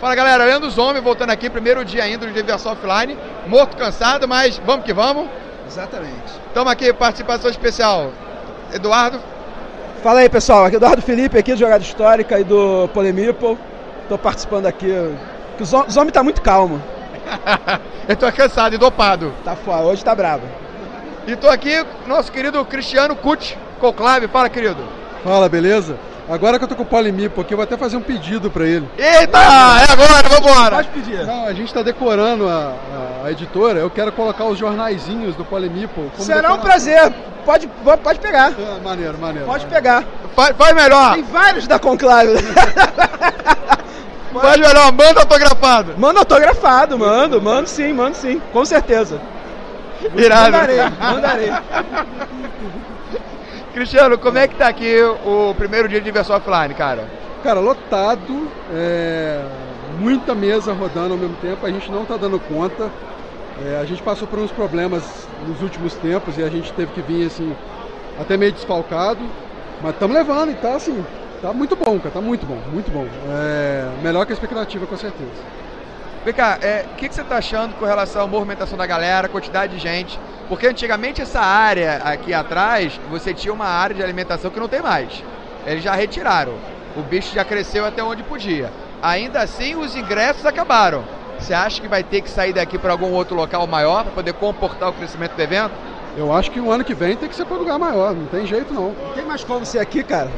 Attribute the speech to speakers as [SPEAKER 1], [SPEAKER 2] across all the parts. [SPEAKER 1] Fala galera, Leandro Zombie voltando aqui, primeiro dia ainda do Diversão Offline, morto, cansado, mas vamos que vamos.
[SPEAKER 2] Exatamente.
[SPEAKER 1] Estamos aqui, participação especial. Eduardo,
[SPEAKER 2] Fala aí, pessoal. Aqui é Eduardo Felipe, aqui do Jogada Histórica e do Polemipo. Tô participando aqui. Que o zo- Zombie tá muito calmo.
[SPEAKER 1] eu tô cansado e dopado.
[SPEAKER 2] Tá fora, hoje tá bravo.
[SPEAKER 1] E tô aqui, nosso querido Cristiano Kut, Conclave, fala querido.
[SPEAKER 3] Fala, beleza? Agora que eu tô com o Polimipo aqui, eu vou até fazer um pedido pra ele.
[SPEAKER 1] Eita, é agora, vambora.
[SPEAKER 2] Pode pedir.
[SPEAKER 3] Não, a gente tá decorando a, a editora, eu quero colocar os jornaizinhos do Polimipo. como
[SPEAKER 2] Será um
[SPEAKER 3] decoração.
[SPEAKER 2] prazer. Pode, vo- pode pegar.
[SPEAKER 3] Ah, maneiro, maneiro.
[SPEAKER 2] Pode
[SPEAKER 3] maneiro.
[SPEAKER 2] pegar.
[SPEAKER 1] Faz, faz melhor,
[SPEAKER 2] Tem vários da Conclave.
[SPEAKER 1] faz melhor, manda autografado.
[SPEAKER 2] Manda autografado, mando, mando sim, mando sim, com certeza.
[SPEAKER 1] Irado.
[SPEAKER 2] Mandarei, mandarei.
[SPEAKER 1] Cristiano, como é que tá aqui o primeiro dia de Diversão Offline, cara?
[SPEAKER 3] Cara, lotado, é, muita mesa rodando ao mesmo tempo, a gente não tá dando conta. É, a gente passou por uns problemas nos últimos tempos e a gente teve que vir assim, até meio desfalcado, mas estamos levando e tá assim, tá muito bom, cara, tá muito bom, muito bom. É, melhor que a expectativa, com certeza.
[SPEAKER 1] Vem cá, é, o que, que você está achando com relação à movimentação da galera, quantidade de gente? Porque antigamente essa área aqui atrás, você tinha uma área de alimentação que não tem mais. Eles já retiraram. O bicho já cresceu até onde podia. Ainda assim, os ingressos acabaram. Você acha que vai ter que sair daqui para algum outro local maior para poder comportar o crescimento do evento?
[SPEAKER 3] Eu acho que o ano que vem tem que ser para um lugar maior, não tem jeito não.
[SPEAKER 2] Tem mais como ser aqui, cara?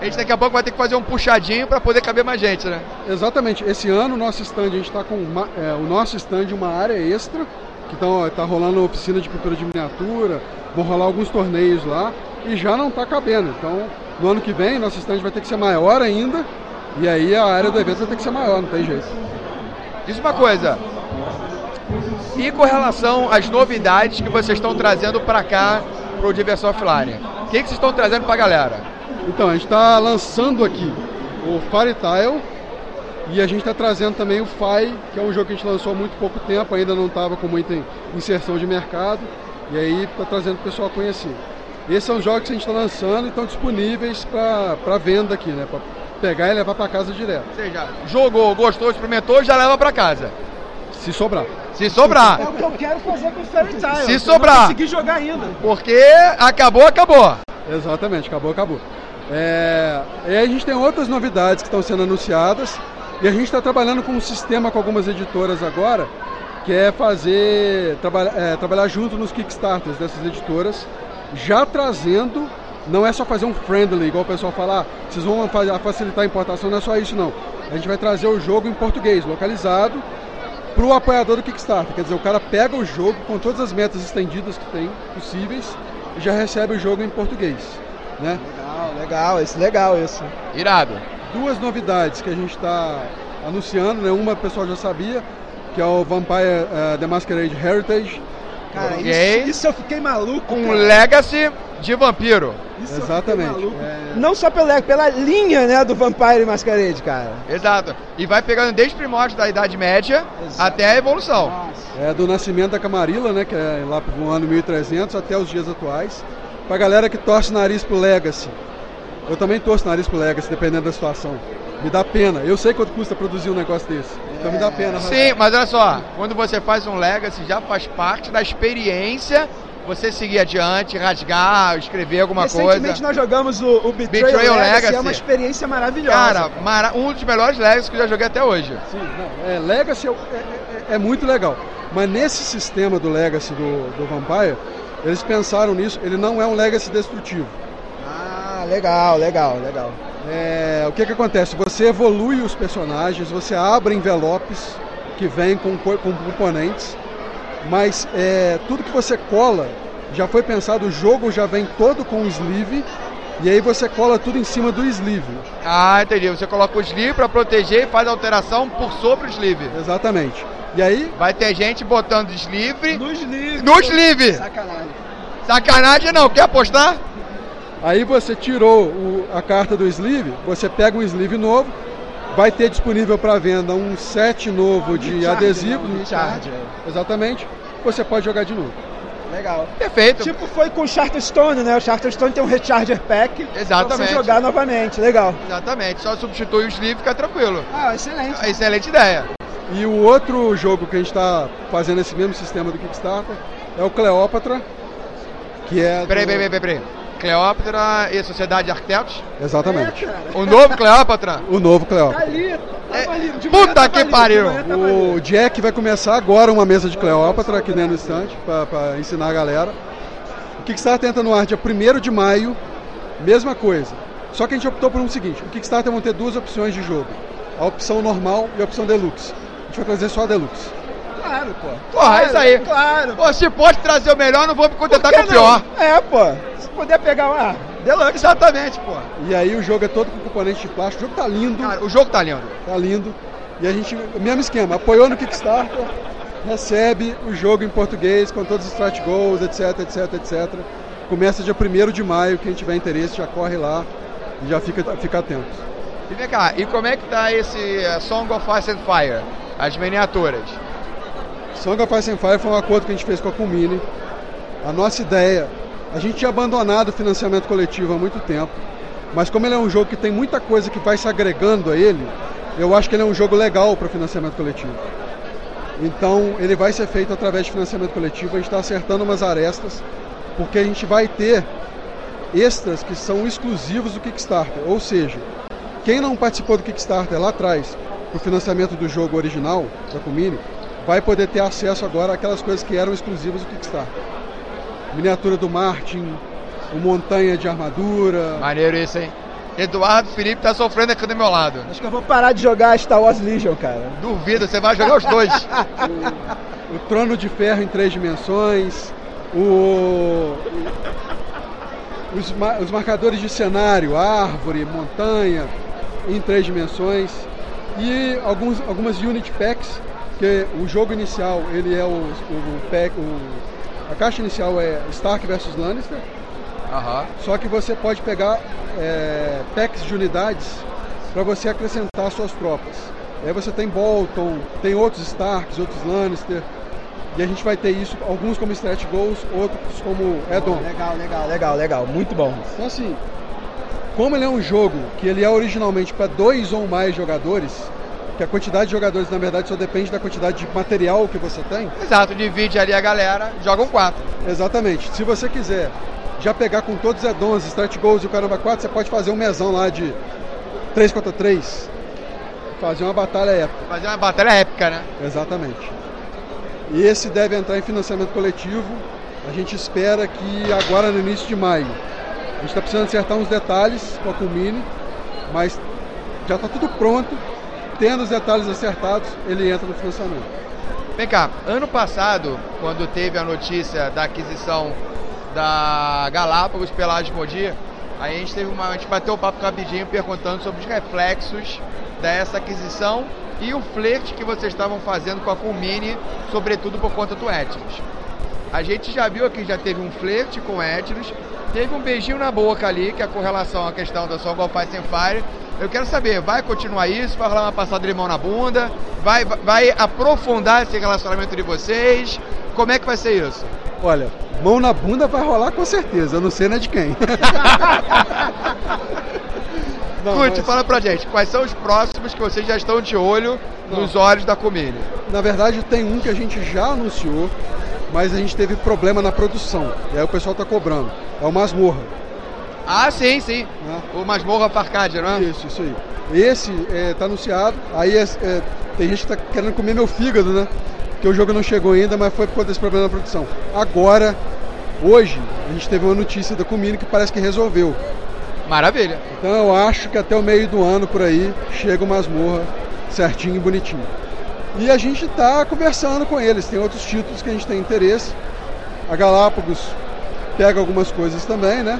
[SPEAKER 1] A gente daqui a pouco vai ter que fazer um puxadinho para poder caber mais gente, né?
[SPEAKER 3] Exatamente, esse ano o nosso stand, a gente está com uma- é, o nosso stand uma área extra, que está tá rolando oficina de pintura de miniatura, vão rolar alguns torneios lá, e já não está cabendo. Então, no ano que vem, nosso stand vai ter que ser maior ainda, e aí a área do evento vai ter que ser maior, não tem jeito.
[SPEAKER 1] Diz uma coisa. E com relação às novidades que vocês estão trazendo para cá, pro Diversão Offline? O que, que vocês estão trazendo pra galera?
[SPEAKER 3] Então, a gente está lançando aqui o Fire Tile e a gente está trazendo também o Fire, que é um jogo que a gente lançou há muito pouco tempo, ainda não estava com muita inserção de mercado, e aí está trazendo o pessoal a conhecer. Esses são jogos que a gente está lançando e estão disponíveis para venda aqui, né? Para pegar e levar para casa direto,
[SPEAKER 1] Ou seja, jogou, gostou, experimentou, já leva pra casa.
[SPEAKER 3] se sobrar.
[SPEAKER 1] Se sobrar.
[SPEAKER 2] É o que eu quero fazer com o Fairy Tile.
[SPEAKER 1] Ah. Se
[SPEAKER 2] que eu
[SPEAKER 1] sobrar.
[SPEAKER 2] Não consegui jogar ainda.
[SPEAKER 1] Porque acabou, acabou.
[SPEAKER 3] Exatamente, acabou, acabou. É, e aí a gente tem outras novidades que estão sendo anunciadas e a gente está trabalhando com um sistema com algumas editoras agora, que é fazer trabalha- é, trabalhar junto nos Kickstarters dessas editoras, já trazendo, não é só fazer um friendly, igual o pessoal fala, ah, vocês vão fa- facilitar a importação, não é só isso não. A gente vai trazer o jogo em português, localizado, para o apoiador do Kickstarter. Quer dizer, o cara pega o jogo com todas as metas estendidas que tem possíveis e já recebe o jogo em português. Né?
[SPEAKER 2] Legal, legal, isso, legal isso.
[SPEAKER 1] Irado.
[SPEAKER 3] Duas novidades que a gente está anunciando, né? uma o pessoal já sabia, que é o Vampire eh, The Masquerade Heritage.
[SPEAKER 2] Cara,
[SPEAKER 1] Ok.
[SPEAKER 2] isso, isso eu fiquei maluco.
[SPEAKER 1] Um
[SPEAKER 2] cara.
[SPEAKER 1] legacy de vampiro.
[SPEAKER 2] Isso eu fiquei
[SPEAKER 3] Exatamente.
[SPEAKER 2] maluco.
[SPEAKER 3] É.
[SPEAKER 2] Não só pelo Lego, pela linha né, do Vampire Masquerade, cara.
[SPEAKER 1] Exato. E vai pegando desde primórdio da Idade Média
[SPEAKER 2] Exato.
[SPEAKER 1] até a evolução.
[SPEAKER 2] Nossa.
[SPEAKER 3] É do nascimento da Camarilla, né, que é lá pro ano 1300 até os dias atuais. Pra galera que torce o nariz pro Legacy. Eu também torço o nariz pro Legacy, dependendo da situação. Me dá pena. Eu sei quanto custa produzir um negócio desse. Então me dá pena.
[SPEAKER 1] Sim, mas olha só, quando você faz um legacy, já faz parte da experiência você seguir adiante, rasgar, escrever alguma coisa.
[SPEAKER 2] Recentemente nós jogamos o, o Betrayal,
[SPEAKER 1] Betrayal
[SPEAKER 2] Legacy,
[SPEAKER 1] Legacy.
[SPEAKER 2] é uma experiência maravilhosa.
[SPEAKER 1] Cara, mara- um dos melhores legs que eu já joguei até hoje.
[SPEAKER 3] Sim, não, é, Legacy é, é- é- é muito legal. Mas nesse sistema do Legacy do, do Vampire, eles pensaram nisso, ele não é um Legacy destrutivo.
[SPEAKER 2] Ah, legal, legal, legal.
[SPEAKER 3] É, o que, que acontece? Você evolui os personagens, você abre envelopes que vêm com, co- com componentes, mas é, tudo que você cola já foi pensado, o jogo já vem todo com o sleeve, e aí você cola tudo em cima do sleeve.
[SPEAKER 1] Ah, entendi. Você coloca o sleeve pra proteger e faz a alteração por sobre o sleeve.
[SPEAKER 3] Exatamente. E aí
[SPEAKER 1] Vai ter gente botando sleeve
[SPEAKER 2] Nos livros.
[SPEAKER 1] no sleeve.
[SPEAKER 2] Sacanagem.
[SPEAKER 1] Sacanagem não, quer apostar?
[SPEAKER 3] Aí você tirou o- a carta do sleeve, você pega um sleeve novo, vai ter disponível para venda um set novo de
[SPEAKER 2] Richard,
[SPEAKER 3] adesivo,
[SPEAKER 1] né? Um
[SPEAKER 2] não, Richard.
[SPEAKER 3] exatamente, você pode jogar de novo.
[SPEAKER 2] Legal.
[SPEAKER 1] Perfeito.
[SPEAKER 2] Tipo foi com o Charterstone, né? O Charterstone tem um Recharger Pack. pra
[SPEAKER 1] Exatamente.
[SPEAKER 2] Você jogar novamente, legal.
[SPEAKER 1] Exatamente. Só substitui o sleeve e fica tranquilo.
[SPEAKER 2] Ah, excelente.
[SPEAKER 1] Excelente ideia.
[SPEAKER 3] E o outro jogo que a gente está fazendo esse mesmo sistema do Kickstarter é o Cleópatra, que é. do-
[SPEAKER 1] Peraí, peraí, peraí, peraí. Cleópatra e a Sociedade de Arquitetos.
[SPEAKER 3] Exatamente.
[SPEAKER 1] O novo Cleópatra.
[SPEAKER 3] O novo
[SPEAKER 2] É, Tá
[SPEAKER 3] Cleópatra.
[SPEAKER 2] ali, tava
[SPEAKER 1] É,
[SPEAKER 2] ali. De
[SPEAKER 1] puta
[SPEAKER 2] manhã tava
[SPEAKER 1] que
[SPEAKER 2] ali, de
[SPEAKER 1] pariu.
[SPEAKER 2] manhã tá tava ali.
[SPEAKER 3] O Jack vai começar agora uma mesa de Cleópatra aqui dentro do instante para ensinar a galera. O Kickstarter entra no ar dia 1 de maio, mesma coisa. Só que a gente optou por um seguinte: o Kickstarter vão ter duas opções de jogo, a opção normal e a opção deluxe. A gente vai trazer só a deluxe.
[SPEAKER 2] Claro, pô.
[SPEAKER 1] Porra, é isso aí.
[SPEAKER 2] Claro.
[SPEAKER 1] Pô, se pode trazer o melhor, não vou me contentar
[SPEAKER 2] Por
[SPEAKER 1] tá com
[SPEAKER 2] que
[SPEAKER 1] o pior.
[SPEAKER 2] não? É, pô. Se puder pegar lá.
[SPEAKER 1] Deluxe, exatamente, pô.
[SPEAKER 3] E aí o jogo é todo com componente de plástico. O jogo tá lindo,
[SPEAKER 1] Cara, o jogo tá lindo.
[SPEAKER 3] tá lindo. E a gente, o mesmo esquema, apoiou no Kickstarter, recebe o jogo em português com todos os strat goals, etc, etc, etc. Começa dia 1 de maio, quem tiver interesse já corre lá e já fica, fica atento.
[SPEAKER 1] E vem cá, e como é que tá esse eh, Song of Ice and Fire? As miniaturas.
[SPEAKER 3] Song of Ice and Fire foi um acordo que a gente fez com a Culmini. A nossa ideia, a gente tinha abandonado o financiamento coletivo há muito tempo, mas como ele é um jogo que tem muita coisa que vai se agregando a ele, eu acho que ele é um jogo legal para financiamento coletivo. Então, ele vai ser feito através de financiamento coletivo, a gente está acertando umas arestas, porque a gente vai ter extras que são exclusivos do Kickstarter, ou seja, quem não participou do Kickstarter lá atrás, pro financiamento do jogo original, da Comini, vai poder ter acesso agora àquelas coisas que eram exclusivas do Kickstarter. Miniatura do Martin, o Montanha de Armadura.
[SPEAKER 1] Maneiro isso, hein? Eduardo Felipe tá sofrendo aqui do meu lado.
[SPEAKER 2] Acho que eu vou parar de jogar Star Wars Legion, cara.
[SPEAKER 1] Duvido, você vai jogar os dois.
[SPEAKER 3] o, o Trono de Ferro em três dimensões, o, os, ma- os marcadores de cenário, árvore, montanha em três dimensões e alguns, algumas unit packs, que o jogo inicial ele é o, o pack- o- a caixa inicial é Stark versus Lannister,
[SPEAKER 1] Aham.
[SPEAKER 3] só que você pode pegar é, packs de unidades para você acrescentar suas tropas. Aí você tem Bolton, tem outros Starks, outros Lannister. E a gente vai ter isso, alguns como stretch goals, outros como add-on.
[SPEAKER 2] Legal, legal, legal, legal. Muito bom.
[SPEAKER 3] Então assim, como ele é um jogo que ele é originalmente para dois ou mais jogadores, que a quantidade de jogadores na verdade só depende da quantidade de material que você tem,
[SPEAKER 1] Exato, divide ali a galera, joga um 4.
[SPEAKER 3] Exatamente. Se você quiser já pegar com todos os addons, start goals e o caramba 4, você pode fazer um mesão lá de 3 contra 3. Fazer uma batalha épica.
[SPEAKER 1] Fazer uma batalha épica, né?
[SPEAKER 3] Exatamente. E esse deve entrar em financiamento coletivo. A gente espera que agora no início de maio. A gente está precisando acertar uns detalhes com a Culmini, mas já está tudo pronto. Tendo os detalhes acertados, ele entra no financiamento.
[SPEAKER 1] Vem cá, ano passado, quando teve a notícia da aquisição da Galápagos pela Asmodee, aí a gente teve uma. A gente bateu o papo rapidinho perguntando sobre os reflexos dessa aquisição e o flerte que vocês estavam fazendo com a Culmini, sobretudo por conta do Etnos. A gente já viu aqui, já teve um flerte com Etnos, teve um beijinho na boca ali, que é com relação à questão da Song of Ice and Fire. Eu quero saber, vai continuar isso? Vai rolar uma passada de limão na bunda? Vai, vai aprofundar esse relacionamento de vocês? Como é que vai ser isso?
[SPEAKER 3] Olha, mão na bunda vai rolar com certeza, eu não sei né de quem. Não,
[SPEAKER 1] Curte,
[SPEAKER 3] mas,
[SPEAKER 1] fala pra gente, quais são os próximos que vocês já estão de olho
[SPEAKER 3] Não.
[SPEAKER 1] nos olhos da Comini?
[SPEAKER 3] Na verdade, tem um que a gente já anunciou, mas a gente teve problema na produção. E aí o pessoal tá cobrando. É o Masmorra.
[SPEAKER 1] Ah, sim, sim.
[SPEAKER 3] Né?
[SPEAKER 1] O Masmorra Farcadia, não é?
[SPEAKER 3] Isso, isso aí. Esse é, tá anunciado. Aí é, é, tem gente que tá querendo comer meu fígado, né? Porque o jogo não chegou ainda, mas foi por conta desse problema na produção. Agora, hoje, a gente teve uma notícia da Comini que parece que resolveu.
[SPEAKER 1] Maravilha.
[SPEAKER 3] Então eu acho que até o meio do ano por aí chega o masmorra certinho e bonitinho. E a gente está conversando com eles, tem outros títulos que a gente tem interesse. A Galápagos pega algumas coisas também, né?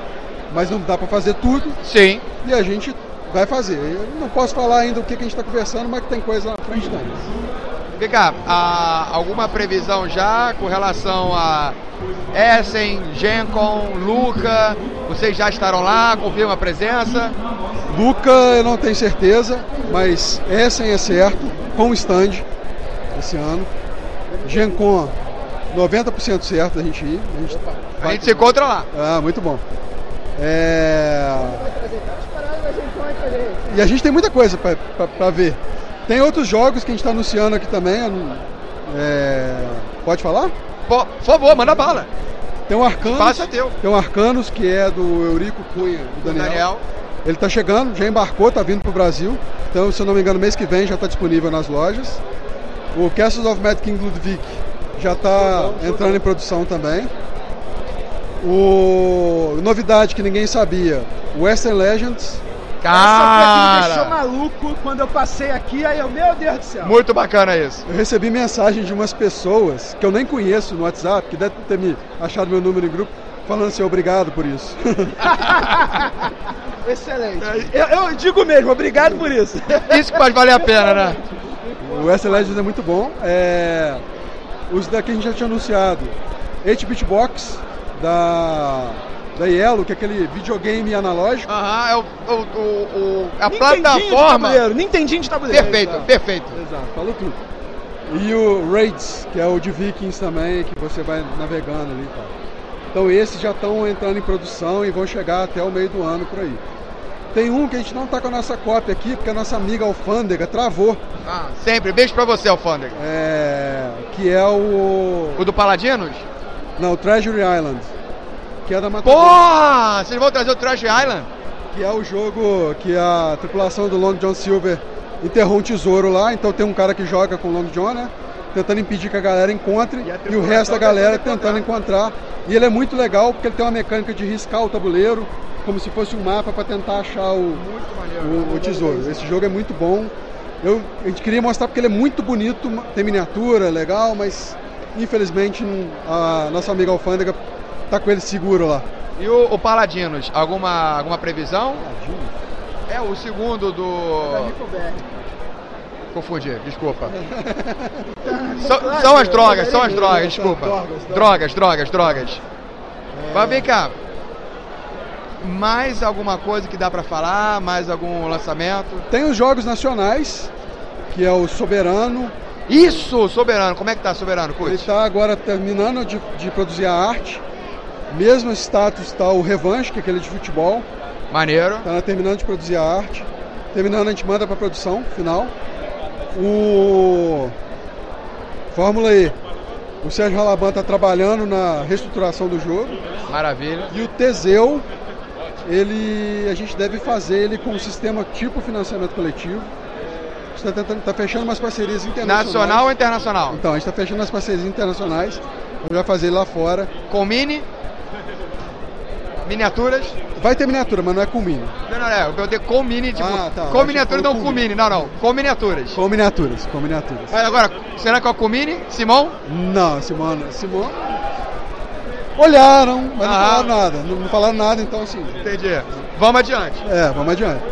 [SPEAKER 3] Mas não dá para fazer tudo
[SPEAKER 1] Sim.
[SPEAKER 3] e a gente vai fazer. Eu não posso falar ainda o que, que a gente está conversando, mas que tem coisa na frente deles.
[SPEAKER 1] Vem cá, há alguma previsão já com relação a Essen, Gencon, Luca? Vocês já estarão lá? Confirma a presença?
[SPEAKER 3] Luca, eu não tenho certeza, mas Essen é certo, com o stand esse ano. Gencon, 90% certo da gente ir. A gente,
[SPEAKER 1] A gente se encontra lá.
[SPEAKER 3] Ah, muito bom. É... E a gente tem muita coisa pra- pra pra ver. Tem outros jogos que a gente tá anunciando aqui também. eu não- é, Pode falar?
[SPEAKER 1] Pô, por favor, manda bala.
[SPEAKER 3] Tem o Arcanos.
[SPEAKER 1] Passa é teu.
[SPEAKER 3] Tem o Arcanos, que é do Eurico Cunha, do
[SPEAKER 1] Daniel.
[SPEAKER 3] Ele tá chegando, já embarcou, tá vindo pro Brasil. Então, se eu não me engano, mês que vem já tá disponível nas lojas. O Castles of Mad King Ludwig já tá entrando em produção também. O novidade que ninguém sabia, Western Legends.
[SPEAKER 2] Essa foi a que me deixou
[SPEAKER 1] Cara,
[SPEAKER 2] maluco quando eu passei aqui, aí eu, meu Deus do céu.
[SPEAKER 1] muito bacana isso.
[SPEAKER 3] Eu recebi mensagem de umas pessoas que eu nem conheço no WhatsApp, que devem ter me achado meu número em grupo, falando assim, obrigado por isso.
[SPEAKER 2] Excelente. Eu, eu digo mesmo, obrigado por isso.
[SPEAKER 1] Isso que faz valer É, a pena, né?
[SPEAKER 3] O Western Legends é muito bom. É... Os daqui a gente já tinha anunciado. 8-bit box da... da Yellow, que é aquele videogame analógico.
[SPEAKER 1] Aham, é o, o- o- o- a
[SPEAKER 2] Nintendinho
[SPEAKER 1] plataforma.
[SPEAKER 2] De tabuleiro, Nintendinho de tabuleiro.
[SPEAKER 1] Perfeito, perfeito.
[SPEAKER 3] Exato, falou tudo. E o Raids, que é o de Vikings também, que você vai navegando ali e tal. Então esses já estão entrando em produção e vão chegar até o meio do ano por aí. Tem um que a gente não tá com a nossa cópia aqui, porque a nossa amiga Alfândega travou,
[SPEAKER 1] Ah, sempre. Beijo pra você, Alfândega.
[SPEAKER 3] é, que é o...
[SPEAKER 1] O do Paladinos?
[SPEAKER 3] Não, Treasury Island, que é da Matador.
[SPEAKER 1] Porra! Vocês vão trazer o Trash Island?
[SPEAKER 3] que é o jogo que a tripulação do Long John Silver enterrou um tesouro lá, então tem um cara que joga com o Long John, né? Tentando impedir que a galera encontre
[SPEAKER 2] E a
[SPEAKER 3] e, o
[SPEAKER 2] tripulação
[SPEAKER 3] resto da galera
[SPEAKER 2] tentando
[SPEAKER 3] tentando encontrar. E ele é muito legal porque ele tem uma mecânica de riscar o tabuleiro, como se fosse um mapa para tentar achar o, o- o tesouro. Esse jogo é muito bom. Eu, a gente queria mostrar porque ele é muito bonito, tem miniatura, legal, mas infelizmente não- a nossa amiga Alfândega tá com ele seguro lá.
[SPEAKER 1] E o, o Paladinos, alguma, alguma previsão? É o segundo do. É Confundi, desculpa. São- são as drogas, são as é drogas, desculpa. Drogas, É. drogas, drogas. Mas vem cá. Mais alguma coisa que dá pra falar? Mais algum lançamento?
[SPEAKER 3] Tem os jogos nacionais, que é o Soberano.
[SPEAKER 1] Isso, Soberano. Como é que tá, Soberano?
[SPEAKER 3] Ele
[SPEAKER 1] Curte?
[SPEAKER 3] está agora terminando de, de produzir a arte. Mesmo status está o Revanche, que é aquele de futebol.
[SPEAKER 1] Maneiro.
[SPEAKER 3] Está terminando de produzir a arte. Terminando, a gente manda para produção final. O Fórmula E. O Sérgio Ralaban está trabalhando na reestruturação do jogo.
[SPEAKER 1] Maravilha.
[SPEAKER 3] E o Teseu, ele, a gente deve fazer ele com um sistema tipo financiamento coletivo. Está tentando, tá fechando umas parcerias internacionais.
[SPEAKER 1] Nacional ou internacional?
[SPEAKER 3] Então, a gente está fechando as parcerias internacionais. A gente vai fazer lá fora.
[SPEAKER 1] Com mini? Miniaturas?
[SPEAKER 3] Vai ter miniatura, mas não é com mini.
[SPEAKER 1] Não, não, não. Eu perguntei com mini, tipo.
[SPEAKER 3] Ah, tá.
[SPEAKER 1] Com
[SPEAKER 3] Acho
[SPEAKER 1] miniatura,
[SPEAKER 3] que foi
[SPEAKER 1] não
[SPEAKER 3] com
[SPEAKER 1] com mini. Não, não. Com miniaturas.
[SPEAKER 3] Com miniaturas, com miniaturas.
[SPEAKER 1] Mas agora, será que é com mini? Simão?
[SPEAKER 3] Não, Simona. Simona. Olharam, mas não
[SPEAKER 1] Ah.
[SPEAKER 3] falaram nada. Não não falaram nada, então assim.
[SPEAKER 1] Entendi. Vamos adiante.
[SPEAKER 3] É, vamos adiante.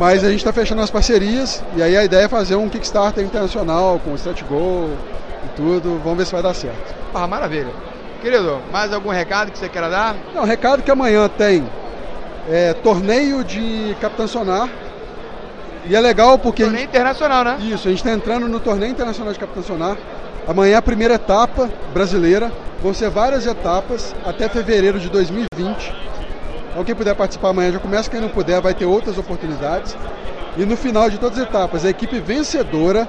[SPEAKER 3] Mas a gente está fechando as parcerias e aí a ideia é fazer um Kickstarter internacional com o Stretch Goal e tudo. Vamos ver se vai dar certo.
[SPEAKER 1] Ah, maravilha. Querido, mais algum recado que você queira dar?
[SPEAKER 3] Não, recado que amanhã tem é, torneio de Capitão Sonar. E é legal porque. a gente-
[SPEAKER 1] Torneio internacional, né?
[SPEAKER 3] Isso, a gente está entrando no torneio internacional de Capitão Sonar. Amanhã é a primeira etapa brasileira. Vão ser várias etapas até fevereiro de 2020. Então quem puder participar amanhã já começa, quem não puder vai ter outras oportunidades. E no final de todas as etapas, a equipe vencedora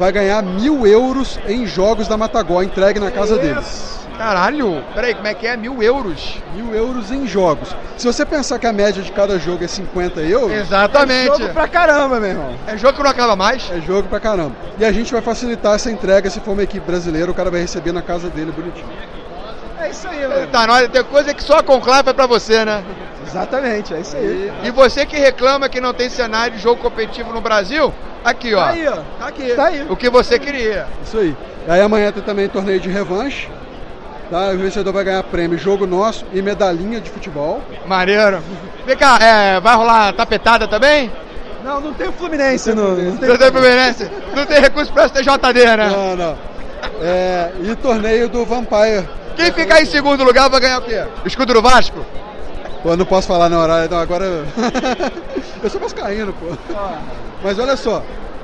[SPEAKER 3] vai ganhar mil euros em jogos da Matagó entregue na casa deles.
[SPEAKER 1] Caralho! Peraí, como é que é? Mil euros?
[SPEAKER 3] Mil euros em jogos. Se você pensar que a média de cada jogo é 50 euros,
[SPEAKER 1] Exatamente.
[SPEAKER 2] É Jogo pra caramba, meu irmão.
[SPEAKER 1] É jogo que não acaba mais.
[SPEAKER 3] É jogo pra caramba. E a gente vai facilitar essa entrega se for uma equipe brasileira, o cara vai receber na casa dele bonitinho.
[SPEAKER 2] É isso aí, mano.
[SPEAKER 1] Tá, nós tem coisa que só a Conclave é pra você, né?
[SPEAKER 2] Exatamente, é isso aí.
[SPEAKER 1] E você que reclama que não tem cenário de jogo competitivo no Brasil, aqui, ó.
[SPEAKER 2] Tá aí, ó.
[SPEAKER 1] Tá aqui.
[SPEAKER 2] Tá aí.
[SPEAKER 1] O que você queria.
[SPEAKER 3] Isso aí. E aí amanhã tem também torneio de revanche. Tá? O vencedor vai ganhar prêmio, jogo nosso e medalhinha de futebol.
[SPEAKER 1] Maneiro. Vem cá, é, vai rolar tapetada também?
[SPEAKER 2] Não, não tem o Fluminense, não. Não tem
[SPEAKER 1] Não tem Fluminense? Não tem recurso pra STJD, né?
[SPEAKER 3] Não, não. É, e torneio do Vampire.
[SPEAKER 1] Quem ficar em segundo lugar vai ganhar o quê? O escudo do Vasco?
[SPEAKER 3] Pô, eu não posso falar na horário, então agora. eu- eu sou vascaíno, pô. Mas olha só,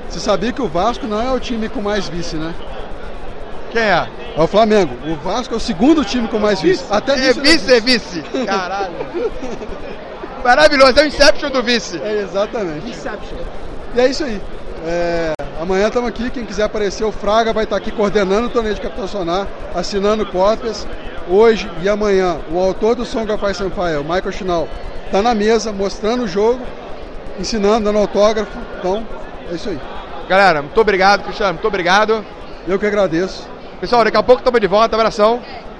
[SPEAKER 3] você sabia que o Vasco não é o time com mais vice, né?
[SPEAKER 1] Quem é?
[SPEAKER 3] É o Flamengo. O Vasco é o segundo time com mais vice. Até
[SPEAKER 1] É
[SPEAKER 3] nisso ele é
[SPEAKER 1] vice, é vice. Caralho. Maravilhoso, é o Inception do vice.
[SPEAKER 3] É, exatamente.
[SPEAKER 2] Inception.
[SPEAKER 3] E é isso aí. É, amanhã estamos aqui. Quem quiser aparecer, o Fraga vai estar aqui coordenando o torneio de Capitão Sonar, assinando cópias. Hoje e amanhã, o autor do Song of Ice and Fire, o Michael Schnall, está na mesa, mostrando o jogo, ensinando, dando autógrafo. Então, é isso aí.
[SPEAKER 1] Galera, muito obrigado, Cristiano, muito obrigado.
[SPEAKER 3] Eu que agradeço.
[SPEAKER 1] Pessoal, daqui a pouco estamos de volta, abração.